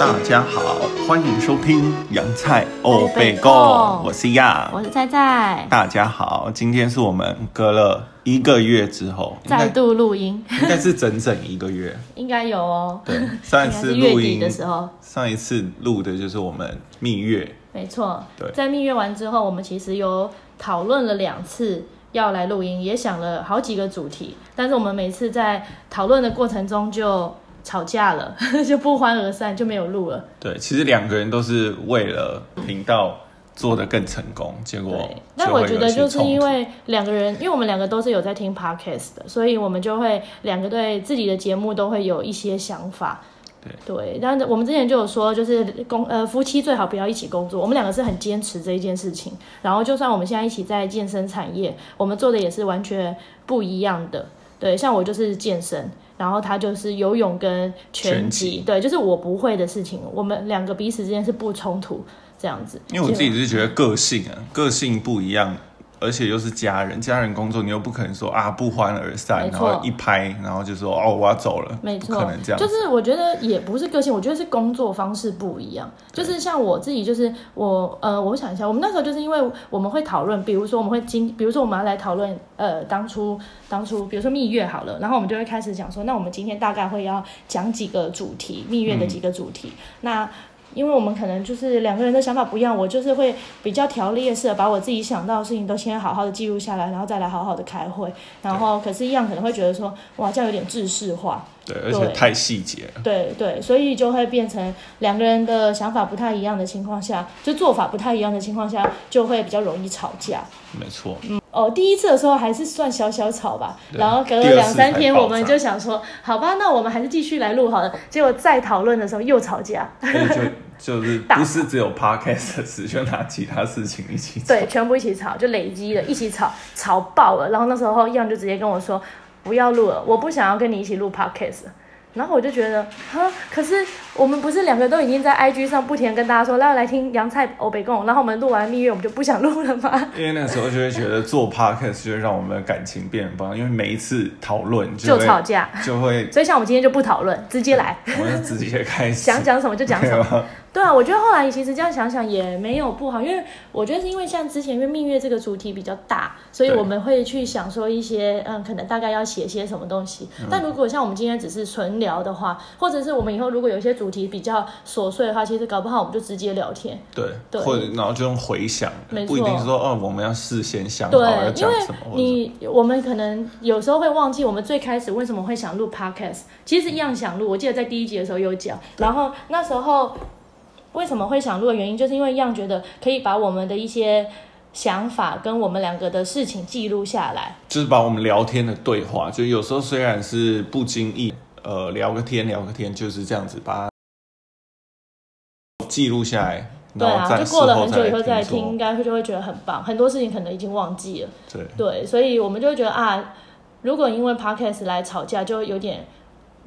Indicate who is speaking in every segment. Speaker 1: 大家好，欢迎收听洋菜欧贝
Speaker 2: 欧贝购
Speaker 1: 购，我是亚。
Speaker 2: 我是菜菜，
Speaker 1: 大家好，今天是我们隔了一个月之后，应该
Speaker 2: 再度录音，
Speaker 1: 应该是整整一个 月。
Speaker 2: 应该有哦。
Speaker 1: 对，上一
Speaker 2: 应该
Speaker 1: 次
Speaker 2: 是月
Speaker 1: 录
Speaker 2: 底
Speaker 1: 音
Speaker 2: 的时候，
Speaker 1: 上一次录的就是我们蜜月，
Speaker 2: 没错
Speaker 1: 对。
Speaker 2: 在蜜月完之后，我们其实有讨论了两次要来录音，也想了好几个主题，但是我们每次在讨论的过程中就吵架了， 就不欢而散，就没有录了。
Speaker 1: 对，其实两个人都是为了频道做得更成功，结果
Speaker 2: 对，
Speaker 1: 就
Speaker 2: 但
Speaker 1: 会
Speaker 2: 我
Speaker 1: 有
Speaker 2: 觉得
Speaker 1: 一些
Speaker 2: 就是
Speaker 1: 冲
Speaker 2: 因
Speaker 1: 突
Speaker 2: 为两个人，因为我们两个都是有在听 podcast 的，所以我们就会两个对自己的节目都会有一些想法。
Speaker 1: 对
Speaker 2: 对，但是我们之前就有说，就是工呃夫妻最好不要一起工作。我们两个是很坚持这一件事情。然后就算我们现在一起在健身产业，我们做的也是完全不一样的。对，像我就是健身，然后他就是游泳跟
Speaker 1: 拳
Speaker 2: 拳击，
Speaker 1: 击
Speaker 2: 对，就是我不会的事情，我们两个彼此之间是不冲突这样子。
Speaker 1: 因为我
Speaker 2: 结
Speaker 1: 自己是觉得个性啊，个性不一样，而且又是家人，家人工作你又不可能说啊不欢而散，
Speaker 2: 没
Speaker 1: 然
Speaker 2: 错
Speaker 1: 后一拍，然后就说哦我要走了，
Speaker 2: 没
Speaker 1: 不
Speaker 2: 错
Speaker 1: 可能这，样
Speaker 2: 就。是我觉得也不是个性，我觉得是工作方式不一样。就是像我自己，就是我呃，我想一下，我们那时候就是因为我们会讨论，比如说我们会今，比如说我们要来讨论呃，当初当初，比如说蜜月好了，然后我们就会开始讲说，那我们今天大概会要讲几个主题，蜜月的几个主题。那因为我们可能就是两个人的想法不一样，我就是会比较条列式，把我自己想到的事情都先好好的记录下来，然后再来好好的开会。然后可是，一样可能会觉得说，哇，这样有点制式化。
Speaker 1: 对，而且
Speaker 2: 对
Speaker 1: 太细节了。
Speaker 2: 对对，所以就会变成两个人的想法不太一样的情况下，就做法不太一样的情况下，就会比较容易吵架。
Speaker 1: 没错，
Speaker 2: 哦，第一次的时候还是算小小吵吧，
Speaker 1: 对
Speaker 2: 然后隔了
Speaker 1: 第二
Speaker 2: 两
Speaker 1: 次
Speaker 2: 三
Speaker 1: 才
Speaker 2: 天，
Speaker 1: 爆
Speaker 2: 我们
Speaker 1: 炸
Speaker 2: 就想说，好吧，那我们还是继续来录好了。结果再讨论的时候又吵架，
Speaker 1: 所以就就是
Speaker 2: 大
Speaker 1: 不是只有 podcast 的事，就拿其他事情一起做。
Speaker 2: 对，全部一起吵，就累积了，一起吵，吵爆了。然后那时候样就直接跟我说，不要录了，我不想要跟你一起录 podcast 了。然后我就觉得，哈，可是我们不是两个都已经在 IG 上不停地跟大家说，来来听洋菜欧北贡，然后我们录完蜜月，我们就不想录了吗？
Speaker 1: 因为那时候就会觉得做 podcast 就会让我们的感情变棒，因为每一次讨论
Speaker 2: 就
Speaker 1: 会
Speaker 2: 吵，架。
Speaker 1: 就会
Speaker 2: 所以像我们今天就不讨论，直接来，
Speaker 1: 我们就直接开始
Speaker 2: 想讲什么就讲什么。
Speaker 1: 对吧
Speaker 2: 对啊，我觉得后来其实这样想想也没有不好，因为我觉得是因为像之前因为蜜月这个主题比较大，所以
Speaker 1: 对
Speaker 2: 我们会去想说一些嗯，可能大概要写些什么东西。但如果像我们今天只是纯聊的话，或者是我们以后如果有一些主题比较琐碎的话，其实搞不好我们就直接聊天。
Speaker 1: 对，
Speaker 2: 对
Speaker 1: 或者然后就用回想的，
Speaker 2: 没
Speaker 1: 不一定
Speaker 2: 错
Speaker 1: 说哦，我们要事先想好
Speaker 2: 对
Speaker 1: 要，
Speaker 2: 因
Speaker 1: 讲
Speaker 2: 为
Speaker 1: 什么，或者
Speaker 2: 你我们可能有时候会忘记我们最开始为什么会想录 podcast，其实一样想录。我记得在第一集的时候有讲，然后那时候为什么会想录的原因，就是因为一样觉得可以把我们的一些想法跟我们两个的事情记录下来。
Speaker 1: 就是把我们聊天的对话，就有时候虽然是不经意，呃，聊个天聊个天，就是这样子把它记录下来，
Speaker 2: 对
Speaker 1: 然后
Speaker 2: 啊，
Speaker 1: 再
Speaker 2: 就
Speaker 1: 事
Speaker 2: 过了
Speaker 1: 后
Speaker 2: 很久以后再
Speaker 1: 来
Speaker 2: 来听，应
Speaker 1: 说。
Speaker 2: 该会就会觉得很棒。很多事情可能已经忘记了，
Speaker 1: 对，
Speaker 2: 对，所以我们就会觉得啊，如果因为 podcast 来吵架，就有点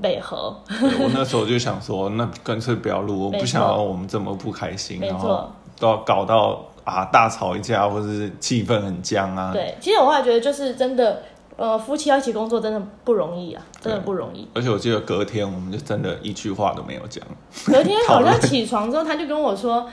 Speaker 2: 违和。
Speaker 1: 对我那时候就想说，那干脆不要 录，我
Speaker 2: 没
Speaker 1: 不
Speaker 2: 错
Speaker 1: 想要我们这么不开心，
Speaker 2: 没
Speaker 1: 然后
Speaker 2: 错
Speaker 1: 都要搞到啊大吵一架，或者是气氛很僵啊。
Speaker 2: 对，其实我后来觉得就是真的，呃，夫妻要一起工作真的不容易啊，真的不容易。
Speaker 1: 而且我记得隔天我们就真的一句话都没有讲。
Speaker 2: 隔天好
Speaker 1: 讨论
Speaker 2: 像起床之后，他就跟我说：“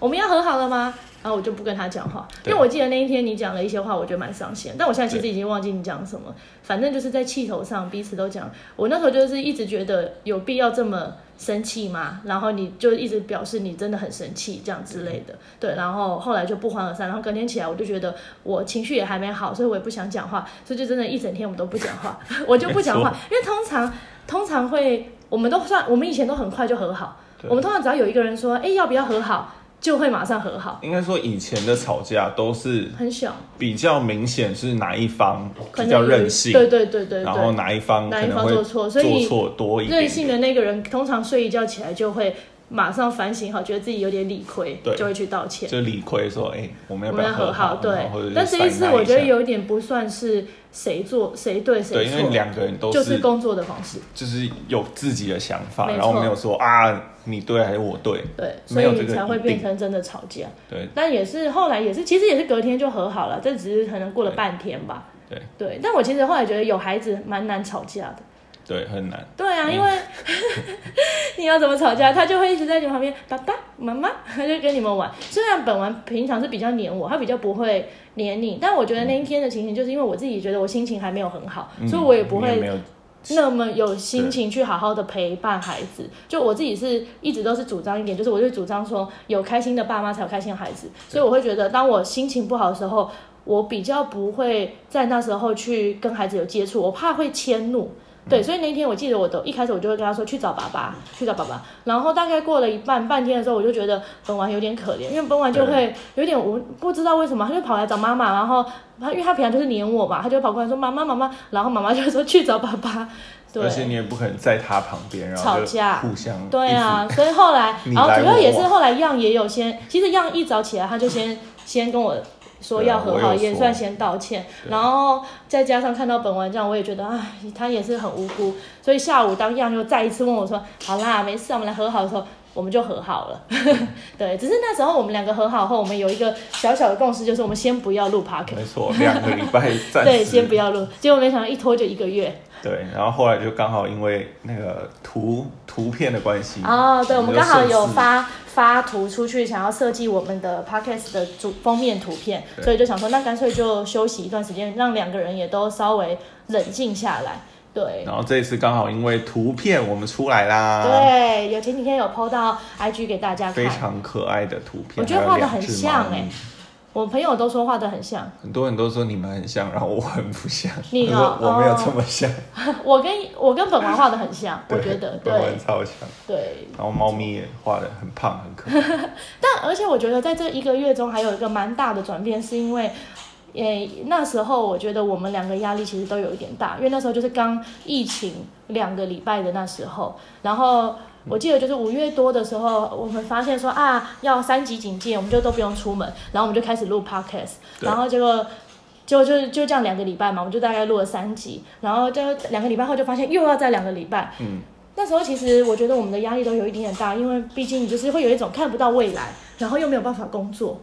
Speaker 2: 我们要和好了吗？”然后我就不跟他讲话，因
Speaker 1: 对
Speaker 2: 为我记得那一天你讲了一些话，我觉得蛮伤心的。但我现在其实已经忘记你讲什么，反正就是在气头上彼此都讲。我那时候就是一直觉得有必要这么生气吗？然后你就一直表示你真的很生气这样之类
Speaker 1: 嗯
Speaker 2: 的，对。然后后来就不欢而散。然后隔天起来，我就觉得我情绪也还没好，所以我也不想讲话，所以就真的一整天我都不讲话，我就不讲话，因为通常通常会，我们都算，我们以前都很快就和好。
Speaker 1: 对
Speaker 2: 我们通常只要有一个人说，哎、要不要和好，就会马上和好，
Speaker 1: 应该说以前的吵架都是
Speaker 2: 很小，
Speaker 1: 比较明显是哪一方
Speaker 2: 可
Speaker 1: 比
Speaker 2: 能
Speaker 1: 较
Speaker 2: 有
Speaker 1: 任性，
Speaker 2: 对对对对
Speaker 1: 然后
Speaker 2: 对。
Speaker 1: 哪一方
Speaker 2: 哪
Speaker 1: 可
Speaker 2: 一
Speaker 1: 能
Speaker 2: 方
Speaker 1: 会
Speaker 2: 做错所以
Speaker 1: 做错多一点
Speaker 2: 任性的那个人通常睡一觉起来就会马上反省好，觉得自己有点理亏
Speaker 1: 对，
Speaker 2: 就会去道歉。
Speaker 1: 就理亏说，哎、我们要
Speaker 2: 我
Speaker 1: 不
Speaker 2: 们要
Speaker 1: 和
Speaker 2: 和好，
Speaker 1: 然
Speaker 2: 对
Speaker 1: 后或者是。
Speaker 2: 但这一次
Speaker 1: 塞纳
Speaker 2: 我觉得
Speaker 1: 下
Speaker 2: 有点不算是谁做谁对谁
Speaker 1: 对，因为
Speaker 2: 错，
Speaker 1: 两个人都
Speaker 2: 就是是工作的方式。
Speaker 1: 就是有自己的想法，
Speaker 2: 没
Speaker 1: 然后
Speaker 2: 错
Speaker 1: 没有说啊你对还是我对，
Speaker 2: 对，所
Speaker 1: 没有这
Speaker 2: 以
Speaker 1: 个
Speaker 2: 才会
Speaker 1: 一
Speaker 2: 变
Speaker 1: 定
Speaker 2: 成真的吵架。
Speaker 1: 对
Speaker 2: 但也是后来也是，其实也是隔天就和好了，这只是可能过了半天吧。
Speaker 1: 对
Speaker 2: 对，但我其实后来觉得有孩子蛮难吵架的，
Speaker 1: 对，很难。
Speaker 2: 对啊，因为 你要怎么吵架，他就会一直在你旁边，爸爸、妈妈，他就跟你们玩。虽然本丸平常是比较黏我，他比较不会黏你，但我觉得那一天的情形，就是因为我自己觉得我心情还没有很好，
Speaker 1: 嗯
Speaker 2: 所以我也不
Speaker 1: 你
Speaker 2: 会
Speaker 1: 没有
Speaker 2: 那么有心情去好好的陪伴孩子。就我自己是一直都是主张一点，就是我就主张说，有开心的爸妈才有开心的孩子。所以我会觉得，当我心情不好的时候，我比较不会在那时候去跟孩子有接触，我怕会迁怒。对，所以那天我记得我都一开始我就会跟他说去找爸爸，去找爸爸。然后大概过了一半半天的时候，我就觉得本丸有点可怜，因为本丸就会有点无不知道为什么，他就跑来找妈妈，然后他因为他平常就是黏我嘛，他就跑过来说妈妈妈妈，然后妈妈就说去找爸爸。对
Speaker 1: 而，且你也不可能在他旁边，然后
Speaker 2: 吵
Speaker 1: 就
Speaker 2: 架
Speaker 1: 互相
Speaker 2: 对
Speaker 1: 一，
Speaker 2: 啊，所以后来
Speaker 1: 你
Speaker 2: 然后
Speaker 1: 来
Speaker 2: 主要
Speaker 1: 我
Speaker 2: 也是
Speaker 1: 往
Speaker 2: 后来样也有先，其实样一早起来他就先先跟我说
Speaker 1: 对啊
Speaker 2: 要和
Speaker 1: 我
Speaker 2: 好，
Speaker 1: 有
Speaker 2: 也
Speaker 1: 说
Speaker 2: 算先道歉，
Speaker 1: 对
Speaker 2: 然后再加上看到本丸这样，我也觉得哎，他也是很无辜，所以下午当样又再一次问我说，好啦，没事啊，我们来和好的时候。我们就和好了，
Speaker 1: 嗯
Speaker 2: 对，只是那时候我们两个和好后，我们有一个小小的共识，就是我们先不要录 p o c
Speaker 1: 起
Speaker 2: a
Speaker 1: 没错，两个礼 拜暂
Speaker 2: s
Speaker 1: 时
Speaker 2: 对，先不要录。结果没想到一拖就一个月，
Speaker 1: 对，然后后来就刚好因为那个图图片的关系
Speaker 2: 哦，对，我们刚好有
Speaker 1: 发。
Speaker 2: 发发图出去，想要设计我们的呃 podcast 的主封面图片，
Speaker 1: 对
Speaker 2: 所以就想说，那干脆就休息一段时间，让两个人也都稍微冷静下来。对、
Speaker 1: 然后这一次刚好因为图片我们出来啦，
Speaker 2: 对，有前几天有 PO 到 IG 给大家
Speaker 1: 非
Speaker 2: 看，
Speaker 1: 常可爱的图片，
Speaker 2: 我觉得画得
Speaker 1: 还有两只
Speaker 2: 很像
Speaker 1: 猫咪
Speaker 2: 欸我朋友都说画的很像。
Speaker 1: 很多人都说你们很像，然后我很不像，
Speaker 2: 你
Speaker 1: 我
Speaker 2: 哦
Speaker 1: 说我没有这么像，
Speaker 2: 我跟我跟本王画的很像，我
Speaker 1: 对
Speaker 2: 觉得
Speaker 1: 我
Speaker 2: 对
Speaker 1: 很超像。
Speaker 2: 对，
Speaker 1: 然后猫咪也画的很胖很 可爱，
Speaker 2: 但而且我觉得在这一个月中还有一个蛮大的转变，是因为。诶，那时候我觉得我们两个压力其实都有一点大，因为那时候就是刚疫情两个礼拜的那时候，然后我记得就是五月多的时候，我们发现说啊要三级警戒，我们就都不用出门，然后我们就开始录 podcast，
Speaker 1: 对
Speaker 2: 然后结果就就就这样两个礼拜嘛，我们就大概录了三集，然后就两个礼拜后就发现又要再两个礼拜，
Speaker 1: 嗯，
Speaker 2: 那时候其实我觉得我们的压力都有一点点大，因为毕竟你就是会有一种看不到未来，然后又没有办法工作。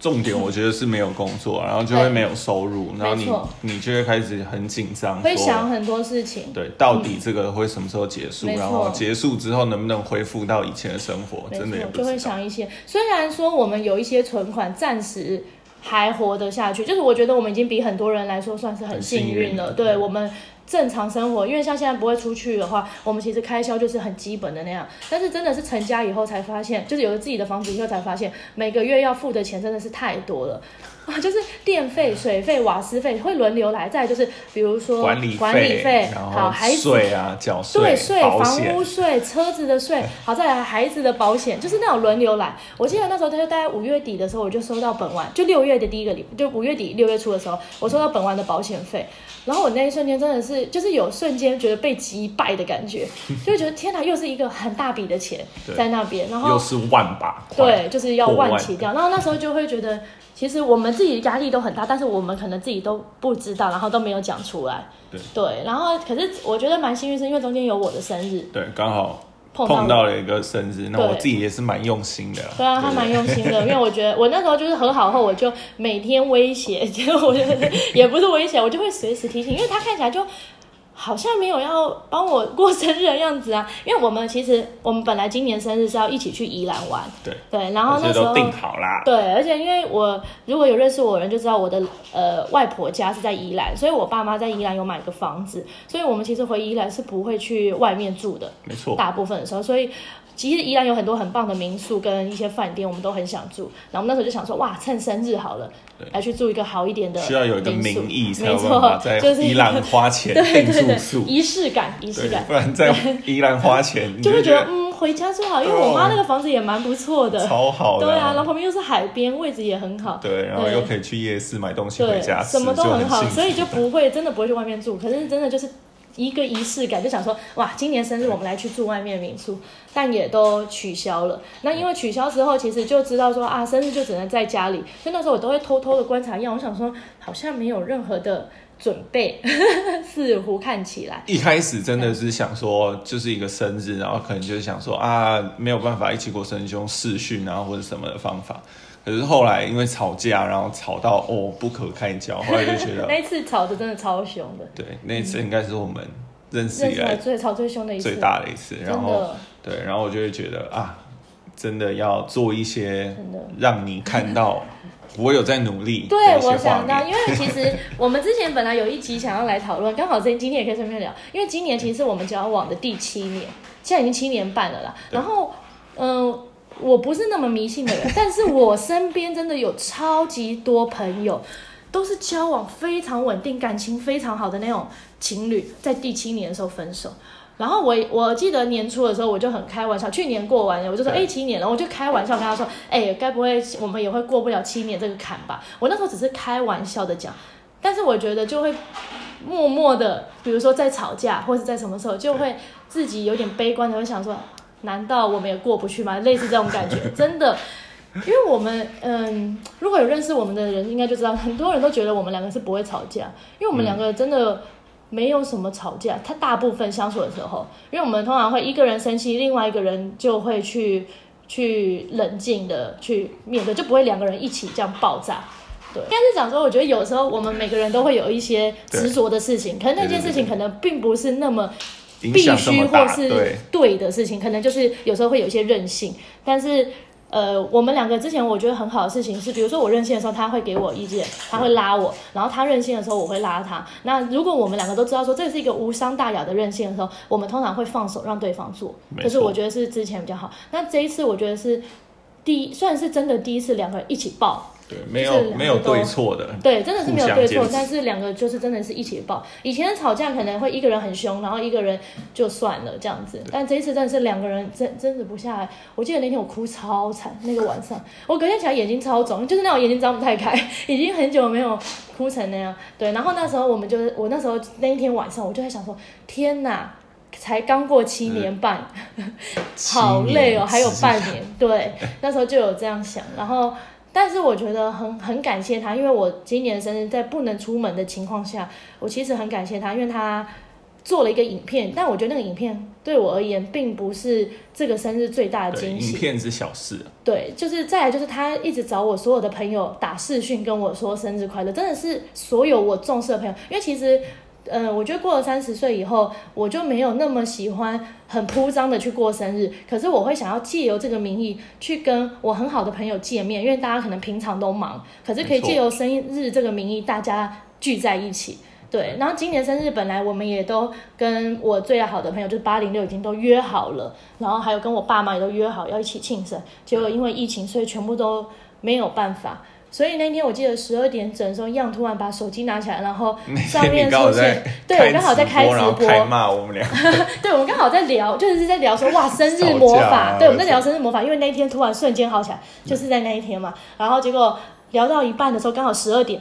Speaker 1: 重点我觉得是没有工作，然后就会
Speaker 2: 对
Speaker 1: 没有收入，然后
Speaker 2: 没错
Speaker 1: 你你就会开始很紧张，
Speaker 2: 会
Speaker 1: 说
Speaker 2: 想很多事情。
Speaker 1: 对，到底这个会什么时候结束？
Speaker 2: 嗯没错
Speaker 1: 然后结束之后能不能恢复到以前的生活？
Speaker 2: 没
Speaker 1: 真的也
Speaker 2: 错，
Speaker 1: 不
Speaker 2: 就会
Speaker 1: 知道。
Speaker 2: 想一些。虽然说我们有一些存款，暂时还活得下去，就是我觉得我们已经比很多人来说算是很
Speaker 1: 很
Speaker 2: 幸
Speaker 1: 幸
Speaker 2: 运
Speaker 1: 运
Speaker 2: 了。
Speaker 1: 了
Speaker 2: 对我们正常生活，因为像现在不会出去的话，我们其实开销就是很基本的那样。但是真的是成家以后才发现，就是有了自己的房子以后才发现，每个月要付的钱真的是太多了。啊，就是电费、水费、瓦斯费会轮流来，再来就是比如说
Speaker 1: 管理
Speaker 2: 管理费，
Speaker 1: 然
Speaker 2: 好
Speaker 1: 后
Speaker 2: 孩子
Speaker 1: 税啊，缴
Speaker 2: 对
Speaker 1: 税、
Speaker 2: 税、
Speaker 1: 保
Speaker 2: 房
Speaker 1: 险哎
Speaker 2: 屋，税、车子的税，好再来孩子的保险，就是那种轮流来。我记得那时候大概大概五月底的时候，我就收到本丸，就六月的第一个礼，就五月底六月初的时候，我收到本丸的保险费，然后我那一瞬间真的是，就是有瞬间觉得被击败的感 觉，就会觉得天哪，又是一个很大笔的钱
Speaker 1: 对
Speaker 2: 在那边，然后
Speaker 1: 又是万把块，
Speaker 2: 对，就是要
Speaker 1: 破
Speaker 2: 万
Speaker 1: 万
Speaker 2: 起掉。然后那时候就会觉得，其实我们自己压力都很大，但是我们可能自己都不知道，然后都没有讲出来。
Speaker 1: 对
Speaker 2: 然后可是我觉得蛮幸运，是因为中间有我的生日，
Speaker 1: 对，刚好
Speaker 2: 碰
Speaker 1: 碰
Speaker 2: 到
Speaker 1: 到
Speaker 2: 我
Speaker 1: 了一个生日，那
Speaker 2: 对
Speaker 1: 我自己也是蛮用心的啦。
Speaker 2: 对啊，他蛮用心的，因为我觉得我那时候就是和好后，我就每天威胁，结果我就 也不是威胁，我就会随时提醒，因为他看起来就好像没有要帮我过生日的样子啊。因为我们其实我们本来今年生日是要一起去宜兰玩，
Speaker 1: 对
Speaker 2: 对，然后
Speaker 1: 而
Speaker 2: 那
Speaker 1: 且
Speaker 2: 时候
Speaker 1: 都定好啦。
Speaker 2: 对，而且因为我如果有认识我的人就知道我的呃外婆家是在宜兰，所以我爸妈在宜兰有买个房子，所以我们其实回宜兰是不会去外面住的，
Speaker 1: 没错，
Speaker 2: 大部分的时候，所以。其实宜兰有很多很棒的民宿跟一些饭店，我们都很想住。然后我们那时候就想说，哇，趁生日好了，来去住一个好一点的民宿，
Speaker 1: 需要有一个名义才
Speaker 2: 没
Speaker 1: 有办法
Speaker 2: 错，
Speaker 1: 在
Speaker 2: 就是一
Speaker 1: 伊
Speaker 2: 个
Speaker 1: 朗花钱
Speaker 2: 对
Speaker 1: 定
Speaker 2: 对
Speaker 1: 住
Speaker 2: 对，
Speaker 1: 宿，
Speaker 2: 仪式感，仪式
Speaker 1: 对
Speaker 2: 感，，
Speaker 1: 不然在伊朗花钱，你
Speaker 2: 就会
Speaker 1: 觉哦
Speaker 2: 觉得嗯，回家最好，因为我妈那个房子也蛮不错的，
Speaker 1: 超好的
Speaker 2: 对啊，
Speaker 1: 啊。
Speaker 2: 然后旁边又是海边，位置也很好，
Speaker 1: 对，然后
Speaker 2: 对
Speaker 1: 又可以去夜市买东西回
Speaker 2: 对，
Speaker 1: 家吃，
Speaker 2: 什么都
Speaker 1: 就
Speaker 2: 很好，
Speaker 1: 幸福
Speaker 2: 所以就不会真的不会去外面住。可是真的就是一个仪式感，就想说哇，今年生日我们来去住外面民宿，但也都取消了。那因为取消之后，其实就知道说啊，生日就只能在家里。所以那时候我都会偷偷的观察一样，我想说好像没有任何的准备， 似乎看起来。
Speaker 1: 一开始真的是想说，就是一个生日，然后可能就是想说啊，没有办法一起过生日，就用视讯啊或者什么的方法。可是后来因为吵架，然后吵到哦不可开交，后来就觉得
Speaker 2: 那，一次吵得真的超凶的，
Speaker 1: 对，那一次应该是我们认识
Speaker 2: 认
Speaker 1: 以
Speaker 2: 识来
Speaker 1: 来
Speaker 2: 最吵最凶的一次，
Speaker 1: 最大的一次，
Speaker 2: 真
Speaker 1: 然后
Speaker 2: 的
Speaker 1: 对，然后我就会觉得啊，真的要做一些
Speaker 2: 真的。
Speaker 1: 让你看到我有在努力的
Speaker 2: 对
Speaker 1: 一，些
Speaker 2: 我
Speaker 1: 画
Speaker 2: 想到，
Speaker 1: 面。
Speaker 2: 因 为其实我们之前本来有一集想要来讨论，刚好这今天也可以顺便聊，因为今年其实是我们交往的第七年，现在已经七年半了啦。
Speaker 1: 对
Speaker 2: 然后，嗯、我不是那么迷信的人，但是我身边真的有超级多朋友，都是交往非常稳定、感情非常好的那种情侣，在第七年的时候分手。然后我我记得年初的时候，我就很开玩笑，去年过完了，我就说
Speaker 1: 对
Speaker 2: 哎七年了，我就开玩笑跟他说，哎该不会我们也会过不了七年这个坎吧？我那时候只是开玩笑的讲，但是我觉得就会默默的，比如说在吵架或者在什么时候，就会自己有点悲观的会想说，难道我们也过不去吗？ 类似这种感觉，真的。因为我们，嗯，如果有认识我们的人，应该就知道，很多人都觉得我们两个是不会吵架，因为我们两个真的没有什么吵架。他大部分相处的时候，因为我们通常会一个人生气，另外一个人就会去去冷静的去面对，就不会两个人一起这样爆炸。对，应该是讲说，我觉得有时候我们每个人都会有一些执着的事情，可是那件事情可能并不是那么
Speaker 1: 影
Speaker 2: 必
Speaker 1: 响这
Speaker 2: 须
Speaker 1: 么
Speaker 2: 或
Speaker 1: 大，
Speaker 2: 是
Speaker 1: 对，
Speaker 2: 对的事情，可能就是有时候会有一些任性，但是。呃，我们两个之前我觉得很好的事情是，比如说我任性的时候，他会给我意见，他会拉我；然后他任性的时候，我会拉他。那如果我们两个都知道说这是一个无伤大雅的任性的时候，我们通常会放手让对方做。
Speaker 1: 没
Speaker 2: 这是
Speaker 1: 错
Speaker 2: 我觉得是之前比较好。那这一次我觉得是第一，算是真的第一次两个人一起爆，
Speaker 1: 对，没
Speaker 2: 就是
Speaker 1: 有
Speaker 2: 两个
Speaker 1: 没有
Speaker 2: 都
Speaker 1: 对错的，
Speaker 2: 对，真的是没有
Speaker 1: 嗯互相
Speaker 2: 对
Speaker 1: 坚
Speaker 2: 错
Speaker 1: 持，
Speaker 2: 但是两个就是真的是一起爆。以前的吵架可能会一个人很凶，然后一个人就算了这样子，但这一次真的是两个人争争执不下来。我记得那天我哭超惨，那个晚上我隔天起来眼睛超肿，就是那种眼睛张不太开，已经很久没有哭成那样。对，然后那时候我们就是我那时候那一天晚上我就在想说，天哪！才刚过七年半，好累哦，还有半年。 对，那时候就有这样想，然后但是我觉得很很感谢他，因为我今年生日在不能出门的情况下，我其实很感谢他，因为他做了一个影片，但我觉得那个影片对我而言并不是这个生日最大的
Speaker 1: 对，
Speaker 2: 惊
Speaker 1: 影
Speaker 2: 喜。
Speaker 1: 片是小事，啊
Speaker 2: 对，就是再来就是他一直找我所有的朋友打视讯跟我说生日快乐，真的是所有我重视的朋友，因为其实。嗯，我觉得过了三十岁以后，我就没有那么喜欢很铺张的去过生日。可是我会想要借由这个名义去跟我很好的朋友见面，因为大家可能平常都忙，可是可以
Speaker 1: 没错
Speaker 2: 借由生日这个名义，大家聚在一起。对，然后今年生日本来我们也都跟我最好的朋友，就是八零六已经都约好了，然后还有跟我爸妈也都约好要一起庆生，结果因为疫情，所以全部都没有办法。所以那天我记得十二点整的时候，样突然把手机拿起来，然后上
Speaker 1: 那天
Speaker 2: 面
Speaker 1: 你刚好
Speaker 2: 出
Speaker 1: 在
Speaker 2: 现，对我
Speaker 1: 开
Speaker 2: 刚好在开直
Speaker 1: 然后
Speaker 2: 播，
Speaker 1: 开骂我们俩，
Speaker 2: 对，我们刚好在聊，就是在聊说哇，生日
Speaker 1: 吵架
Speaker 2: 魔法
Speaker 1: 啊，
Speaker 2: 对，我们在聊生日魔法，因为那一天突然瞬间好起来，就是在那一天嘛。然后结果聊到一半的时候，刚好十二点，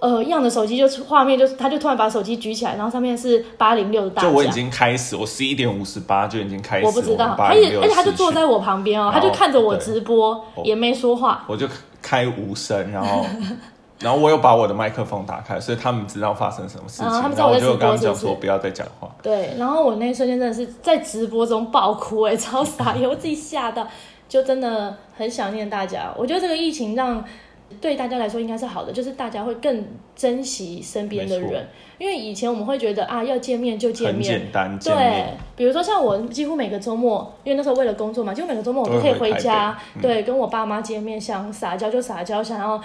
Speaker 2: 呃，样的手机就是画面就是，他就突然把手机举起来，然后上面是八零六的大
Speaker 1: 就我已
Speaker 2: 家。
Speaker 1: 经开始，我十一点五十八就已经开始，
Speaker 2: 我不知道，
Speaker 1: 八
Speaker 2: 而
Speaker 1: 零
Speaker 2: 且
Speaker 1: 六，
Speaker 2: 而且他就坐在我旁边哦，他
Speaker 1: 然后
Speaker 2: 就看着我直播，
Speaker 1: 对哦
Speaker 2: 也没说话。
Speaker 1: 我就开无声，然 后然后我有把我的麦克风打开，所以他们知道发生什么事情，
Speaker 2: 啊他们
Speaker 1: 然
Speaker 2: 知道
Speaker 1: 后
Speaker 2: 我在
Speaker 1: 就
Speaker 2: 直播
Speaker 1: 跟他们
Speaker 2: 是不
Speaker 1: 讲
Speaker 2: 是
Speaker 1: 说不要再讲话。
Speaker 2: 对，然后我那一瞬间真的是在直播中爆哭、哎， 超傻眼，我自己吓到，就真的很想念大家。我觉得这个疫情让对大家来说应该是好的，就是大家会更珍惜身边的
Speaker 1: 没错
Speaker 2: 人，因为以前我们会觉得啊，要见面就见
Speaker 1: 很
Speaker 2: 面。
Speaker 1: 简单，见
Speaker 2: 对
Speaker 1: 面，
Speaker 2: 比如说像我几乎每个周末，因为那时候为了工作嘛，几乎每个周末我都可以回家，
Speaker 1: 都会回台北嗯
Speaker 2: 对，跟我爸妈见面，想撒娇就撒娇，想要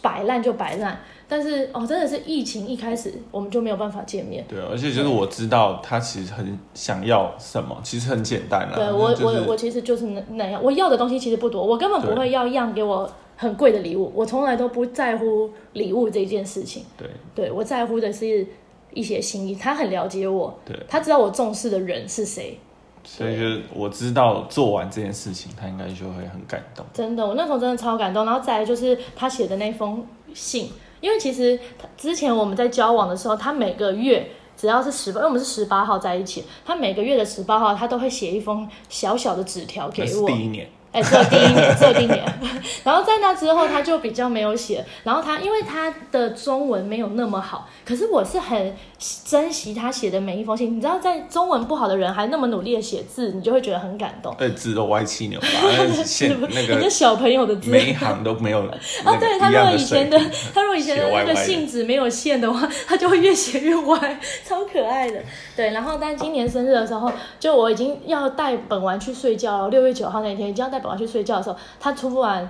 Speaker 2: 摆烂就摆烂。但是哦，真的是疫情一开始我们就没有办法见面。
Speaker 1: 对，而且就是我知道他其实很想要什么，其实很简单啦。
Speaker 2: 对我、
Speaker 1: 啊就是
Speaker 2: 我我其实就是那那样，我要的东西其实不多，我根本不
Speaker 1: 对
Speaker 2: 会要一样给我很贵的礼物，我从来都不在乎礼物这件事情。
Speaker 1: 对
Speaker 2: 对我在乎的是一些心意，他很了解我，
Speaker 1: 对，
Speaker 2: 他知道我重视的人是谁。
Speaker 1: 所以就是我知道做完这件事情，他应该就会很感动。
Speaker 2: 真的，我那时候真的超感动。然后再来就是他写的那封信，因为其实他之前我们在交往的时候，他每个月只要是十八，因为我们是十八号在一起，他每个月的十八号他都会写一封小小的纸条给
Speaker 1: 那是
Speaker 2: 我。
Speaker 1: 第一年，
Speaker 2: 哎，只有第一年，只有第一年。 然后在那之后，他就比较没有写。然后他因为他的中文没有那么好，可是我是很珍惜他写的每一封信。你知道，在中文不好的人还那么努力的写字，你就会觉得很感动。
Speaker 1: 呃，字都歪七 扭八，那现那
Speaker 2: 人
Speaker 1: 个
Speaker 2: 家小朋友的字，
Speaker 1: 每一行都没有
Speaker 2: 哦
Speaker 1: 那，个
Speaker 2: 对他
Speaker 1: 一
Speaker 2: 如
Speaker 1: 样
Speaker 2: 果
Speaker 1: 的
Speaker 2: 以
Speaker 1: 水
Speaker 2: 前
Speaker 1: 平
Speaker 2: 的， 他如果以前的
Speaker 1: 写歪
Speaker 2: 那个
Speaker 1: 歪的
Speaker 2: 信纸没有线的话，他就会越写越歪，超可爱的。对，然后但今年生日的时候，就我已经要带本丸去睡觉了。六月九号那天已经要带本丸去睡觉的时候，他突然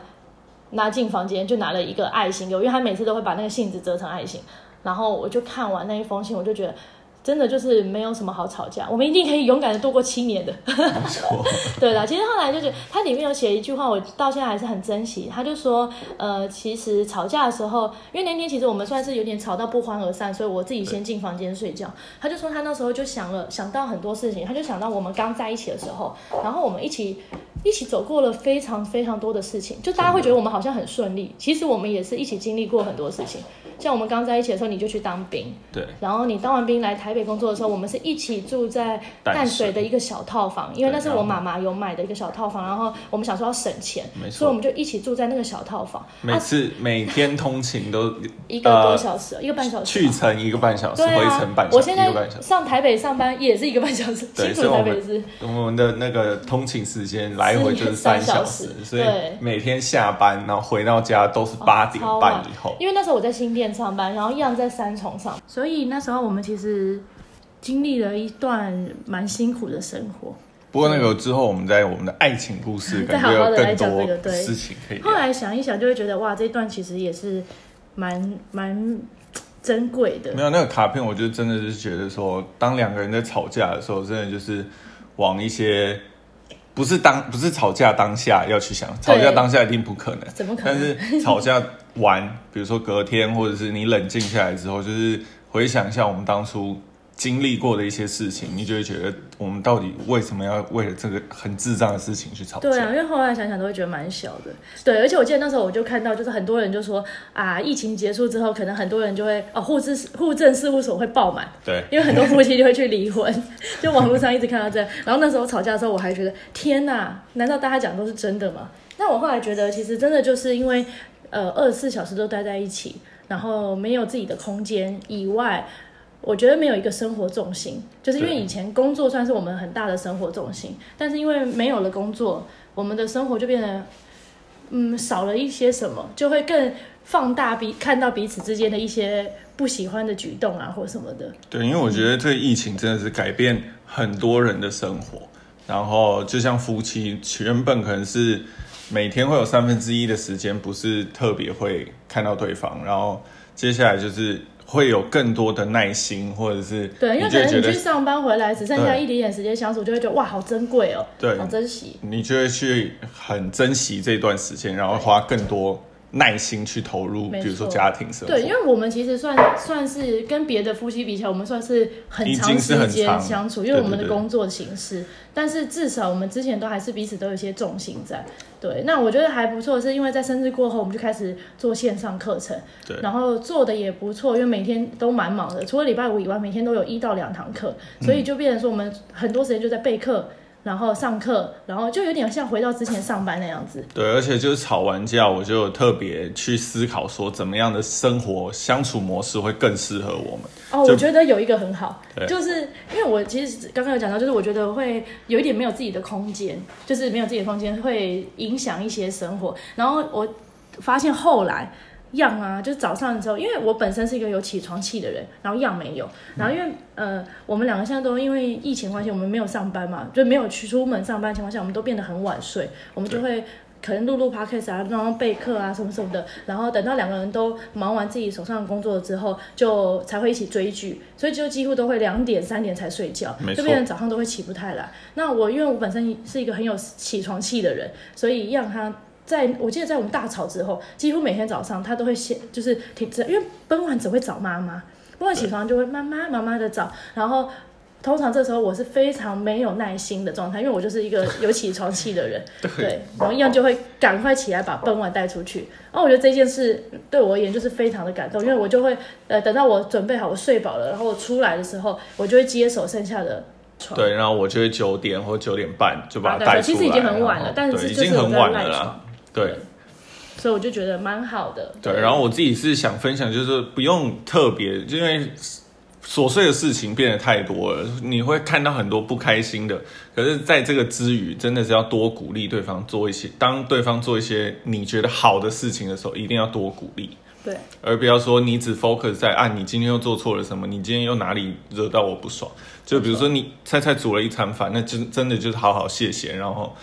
Speaker 2: 拿进房间就拿了一个爱心给我，因为他每次都会把那个信纸折成爱心。然后我就看完那一封信，我就觉得。真的就是没有什么好吵架，我们一定可以勇敢的度过七年的。
Speaker 1: 没错，
Speaker 2: 对啦，其实后来就觉得它里面有写一句话，我到现在还是很珍惜。他就说，呃，其实吵架的时候，因为那天其实我们算是有点吵到不欢而散，所以我自己先进房间睡觉。他就说他那时候就想了想到很多事情，他就想到我们刚在一起的时候，然后我们一起一起走过了非常非常多的事情，就大家会觉得我们好像很顺利，其实我们也是一起经历过很多事情。像我们刚在一起的时候，你就去当兵，
Speaker 1: 对，
Speaker 2: 然后你当完兵来台北工作的时候，我们是一起住在淡水的一个小套房，因为那是我妈妈有买的一个小套房，然后我们想说要省钱，
Speaker 1: 没
Speaker 2: 所以我
Speaker 1: 错。
Speaker 2: 们就一起住在那个小套房，
Speaker 1: 每次每天通勤都
Speaker 2: 一个多小时，一个半小时。
Speaker 1: 呃去程一个半小时，
Speaker 2: 对
Speaker 1: 回
Speaker 2: 啊
Speaker 1: 程半，小
Speaker 2: 我
Speaker 1: 时，
Speaker 2: 现
Speaker 1: 一
Speaker 2: 在
Speaker 1: 个半小时。
Speaker 2: 上台北上班也是一个半小时，
Speaker 1: 对
Speaker 2: 新竹
Speaker 1: 所以我
Speaker 2: 台
Speaker 1: 们
Speaker 2: 北也是。
Speaker 1: 我们的那个通勤时间来回就是
Speaker 2: 是
Speaker 1: 三
Speaker 2: 小
Speaker 1: 时，
Speaker 2: 时
Speaker 1: 所以
Speaker 2: 对哦
Speaker 1: 每天下班然后回到家都是八点
Speaker 2: 超晚
Speaker 1: 半以后。
Speaker 2: 因为那时候我在新店上班，然后一样在三重上班，所以那时候我们其实经历了一段蛮辛苦的生活。
Speaker 1: 不过那个之后，我们在我们的爱情故 事，
Speaker 2: 再
Speaker 1: 感
Speaker 2: 好
Speaker 1: 觉
Speaker 2: 好
Speaker 1: 有
Speaker 2: 地来
Speaker 1: 更
Speaker 2: 讲这个
Speaker 1: 多
Speaker 2: 对
Speaker 1: 事情可以
Speaker 2: 后
Speaker 1: 聊。
Speaker 2: 来想一想，就会觉得哇，这段其实也是蛮蛮珍贵的
Speaker 1: 没。有那个卡片，我就真的是觉得说，当两个人在吵架的时候，真的就是往一些不是当不是吵架当下要去想，吵架当下一定不可能，
Speaker 2: 怎么可能
Speaker 1: 但是吵架完，比如说隔天，或者是你冷静下来之后，就是回想一下我们当初经历过的一些事情，你就会觉得我们到底为什么要为了这个很智障的事情去吵架？
Speaker 2: 对啊，因为后来想想都会觉得蛮小的。对，而且我记得那时候我就看到，就是很多人就说啊，疫情结束之后，可能很多人就会哦，户政户政事务所会爆满，
Speaker 1: 对
Speaker 2: 因为很多夫妻就会去离婚， 就网络上一直看到这样。然后那时候吵架的时候，我还觉得天哪，难道大家讲都是真的吗？那我后来觉得，其实真的就是因为呃二十四小时都待在一起，然后没有自己的空间以外。我觉得没有一个生活重心，就是因为
Speaker 1: 对
Speaker 2: 以前工作算是我们很大的生活重心，但是因为没有了工作，我们的生活就变得嗯少了一些什么，就会更放大彼看到彼此之间的一些不喜欢的举动啊，或什么的。
Speaker 1: 对，因为我觉得这疫情真的是改变很多人的生活。然后就像夫妻，原本可能是每天会有三分之一的时间不是特别会看到对方，然后接下来就是会有更多的耐心，或者是
Speaker 2: 对，因为
Speaker 1: 你
Speaker 2: 可
Speaker 1: 就会
Speaker 2: 能
Speaker 1: 觉
Speaker 2: 你去
Speaker 1: 得
Speaker 2: 上班回来只剩下
Speaker 1: 对
Speaker 2: 一点点时间相处，就会觉得哇，好珍贵哦，
Speaker 1: 对
Speaker 2: 好珍惜。
Speaker 1: 你就会去很珍惜这段时间，然后花更多耐心去投入，
Speaker 2: 没
Speaker 1: 比如说
Speaker 2: 错
Speaker 1: 家庭生活。
Speaker 2: 对，因为我们其实算算是跟别的夫妻比起来，我们算是很
Speaker 1: 已
Speaker 2: 长
Speaker 1: 经是
Speaker 2: 时
Speaker 1: 很
Speaker 2: 间
Speaker 1: 长
Speaker 2: 相处，
Speaker 1: 对
Speaker 2: 因为我
Speaker 1: 对
Speaker 2: 们的
Speaker 1: 对
Speaker 2: 工作形式。但是至少我们之前都还是彼此都有一些重心在。对，那我觉得还不错，是因为在生日过后，我们就开始做线上课程，
Speaker 1: 对
Speaker 2: 然后做的也不错，因为每天都蛮忙的，除了礼拜五以外，每天都有一到两堂课，
Speaker 1: 嗯
Speaker 2: 所以就变成说我们很多时间就在备课。然后上课，然后就有点像回到之前上班那样子，
Speaker 1: 对，而且就是吵完架，我就有特别去思考说，怎么样的生活相处模式会更适合我们。
Speaker 2: 哦，
Speaker 1: 就
Speaker 2: 我觉得有一个很好，
Speaker 1: 对
Speaker 2: 就是因为我其实刚刚有讲到，就是我觉得会有一点没有自己的空间，就是没有自己的空间会影响一些生活。然后我发现后来样啊，就是早上的时候，因为我本身是一个有起床气的人，然后样没有，然后因为呃，我们两个现在都因为疫情关系，我们没有上班嘛，就没有去出门上班的情况下，我们都变得很晚睡，我们就会。可能录录 podcast 啊，然后备课啊，什么什么的，然后等到两个人都忙完自己手上的工作之后，就才会一起追剧，所以就几乎都会两点三点才睡觉
Speaker 1: 没，
Speaker 2: 就
Speaker 1: 错
Speaker 2: 变成早上都会起不太来。那我因为我本身是一个很有起床气的人，所以让他在我记得在我们大吵之后，几乎每天早上他都会先就是挺着，因为奔晚只会找妈妈，奔晚起床就会妈妈妈妈的找，然后。通常这时候我是非常没有耐心的状态，因为我就是一个有起床气的 人，对，然后一样就会赶快起来把奔晚带出去。然后我觉得这件事对我而言就是非常的感动，因为我就会呃等到我准备好我睡饱了，然后我出来的时候，我就会接手剩下的床。
Speaker 1: 对，然后我就会九点或九点半就把它带出来。
Speaker 2: 其实已经很晚
Speaker 1: 然后
Speaker 2: 了但是
Speaker 1: 对已
Speaker 2: 就是
Speaker 1: 经很
Speaker 2: 有在
Speaker 1: 晚
Speaker 2: 赖
Speaker 1: 了啦
Speaker 2: 床。
Speaker 1: 对
Speaker 2: 所以我就觉得蛮好的。
Speaker 1: 对，然后我自己是想分享，就是不用特别，因为琐碎的事情变得太多了，你会看到很多不开心的。可是，在这个之余，真的是要多鼓励对方做一些，当对方做一些你觉得好的事情的时候，一定要多鼓励。
Speaker 2: 对
Speaker 1: 而不要说你只 focus 在啊，你今天又做错了什么，你今天又哪里惹到我不爽。就比如说你菜菜煮了一餐饭，那真真的就是好好谢谢，然后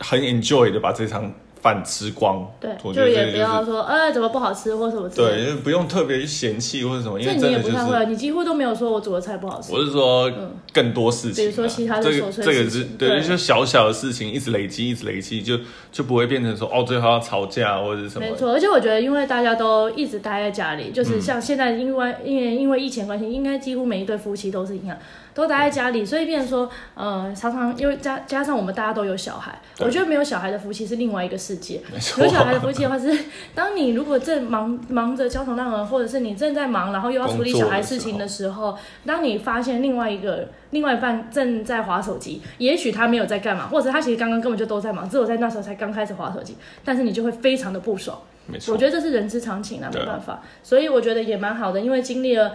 Speaker 1: 很 enjoy 的把这餐饭吃光。
Speaker 2: 对，
Speaker 1: 我觉
Speaker 2: 就
Speaker 1: 得
Speaker 2: 也
Speaker 1: 这个
Speaker 2: 不
Speaker 1: 就
Speaker 2: 要
Speaker 1: 是
Speaker 2: 说呃怎么不好吃或什么之
Speaker 1: 对，
Speaker 2: 类的。
Speaker 1: 就是不用特别去嫌弃或者什么，因
Speaker 2: 这
Speaker 1: 为
Speaker 2: 你
Speaker 1: 真
Speaker 2: 也
Speaker 1: 的
Speaker 2: 不
Speaker 1: 就
Speaker 2: 太会啊，
Speaker 1: 是。
Speaker 2: 你几乎都没有说我煮的菜不好吃。
Speaker 1: 我是说，更多事情啊、
Speaker 2: 比如说其他的
Speaker 1: 这
Speaker 2: 琐
Speaker 1: 个
Speaker 2: 碎
Speaker 1: 这个
Speaker 2: 事
Speaker 1: 是
Speaker 2: 情
Speaker 1: 对，
Speaker 2: 对
Speaker 1: 就小小的事情一直累积，一直累积，就就不会变成说哦，最后要吵架或者是什么
Speaker 2: 没。错，而且我觉得，因为大家都一直待在家里，
Speaker 1: 嗯
Speaker 2: 就是像现在因为、因为因为疫情关系，应该几乎每一对夫妻都是一样，都待在家里，所以变成说，呃，常常因为加加上我们大家都有小孩，
Speaker 1: 对
Speaker 2: 我觉得没有小孩的夫妻是另外一个世界。
Speaker 1: 没错
Speaker 2: 有小孩的夫妻的话是，当你如果正忙忙着焦头烂额，或者是你正在忙，然后又要处理小孩事情的时候，当你发现另外一个另外一半正在划手机，也许他没有在干嘛，或者他其实刚刚根本就都在忙，只有在那时候才刚开始划手机，但是你就会非常的不爽。
Speaker 1: 没错，
Speaker 2: 我觉得这是人之常情啊，没
Speaker 1: 对啊
Speaker 2: 办法。所以我觉得也蛮好的，因为经历了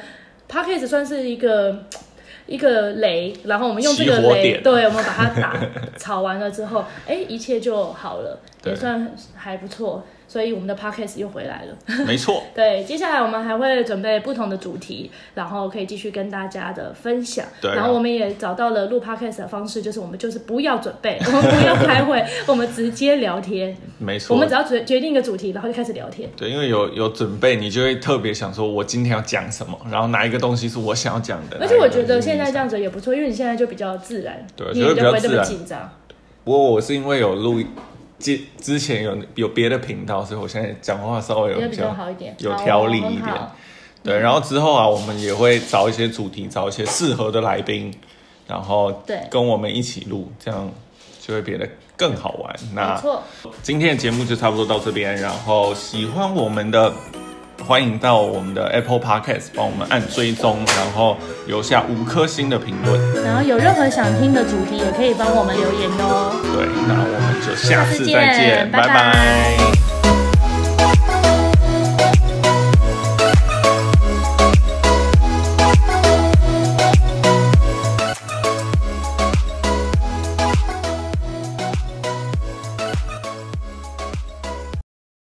Speaker 2: p a c k a g e 算是一个一个雷，然后我们用这个
Speaker 1: 起火
Speaker 2: 雷，
Speaker 1: 点
Speaker 2: 对，我们把它打 吵完了之后，哎，一切就好了，
Speaker 1: 对
Speaker 2: 也算还不错。所以我们的 p a c k a g e 又回来了。
Speaker 1: 没错，
Speaker 2: 对，接下来我们还会准备不同的主题，然后可以继续跟大家的分享。
Speaker 1: 对啊
Speaker 2: 然后我们也找到了录 podcast 的方式，就是我们就是不要准备， 我们不要开会，我们直接聊天。
Speaker 1: 没错。
Speaker 2: 我们只要决决定一个主题，然后就开始聊天。
Speaker 1: 对，因为有有准备，你就会特别想说，我今天要讲什么，然后哪一个东西是我想要讲的。
Speaker 2: 而且
Speaker 1: 哪
Speaker 2: 我
Speaker 1: 一个
Speaker 2: 觉得
Speaker 1: 东西
Speaker 2: 现
Speaker 1: 是
Speaker 2: 在
Speaker 1: 你
Speaker 2: 这样子也不错，因为你现在就比较自然，
Speaker 1: 对
Speaker 2: 你
Speaker 1: 觉得
Speaker 2: 也就不会
Speaker 1: 比较自
Speaker 2: 这么
Speaker 1: 然
Speaker 2: 紧张。
Speaker 1: 想。不过我是因为有录之之前有有别的频道，所以我现在讲话稍微有
Speaker 2: 也比较好一点
Speaker 1: 有
Speaker 2: 好
Speaker 1: 条理一
Speaker 2: 很
Speaker 1: 点
Speaker 2: 好。
Speaker 1: 对，然后之后啊，我们也会找一些主题，找一些适合的来宾，然后
Speaker 2: 对
Speaker 1: 跟我们一起录，这样就会变得更好玩。那
Speaker 2: 没错，
Speaker 1: 今天的节目就差不多到这边，然后喜欢我们的，欢迎到我们的 Apple Podcast 帮我们按追踪，然后留下五颗星的评论。
Speaker 2: 然后有任何想听的主题，也可以帮我们留言哦。
Speaker 1: 对，那我们就下次再
Speaker 2: 下次
Speaker 1: 见，
Speaker 2: 见拜
Speaker 1: 拜
Speaker 2: 拜
Speaker 1: 拜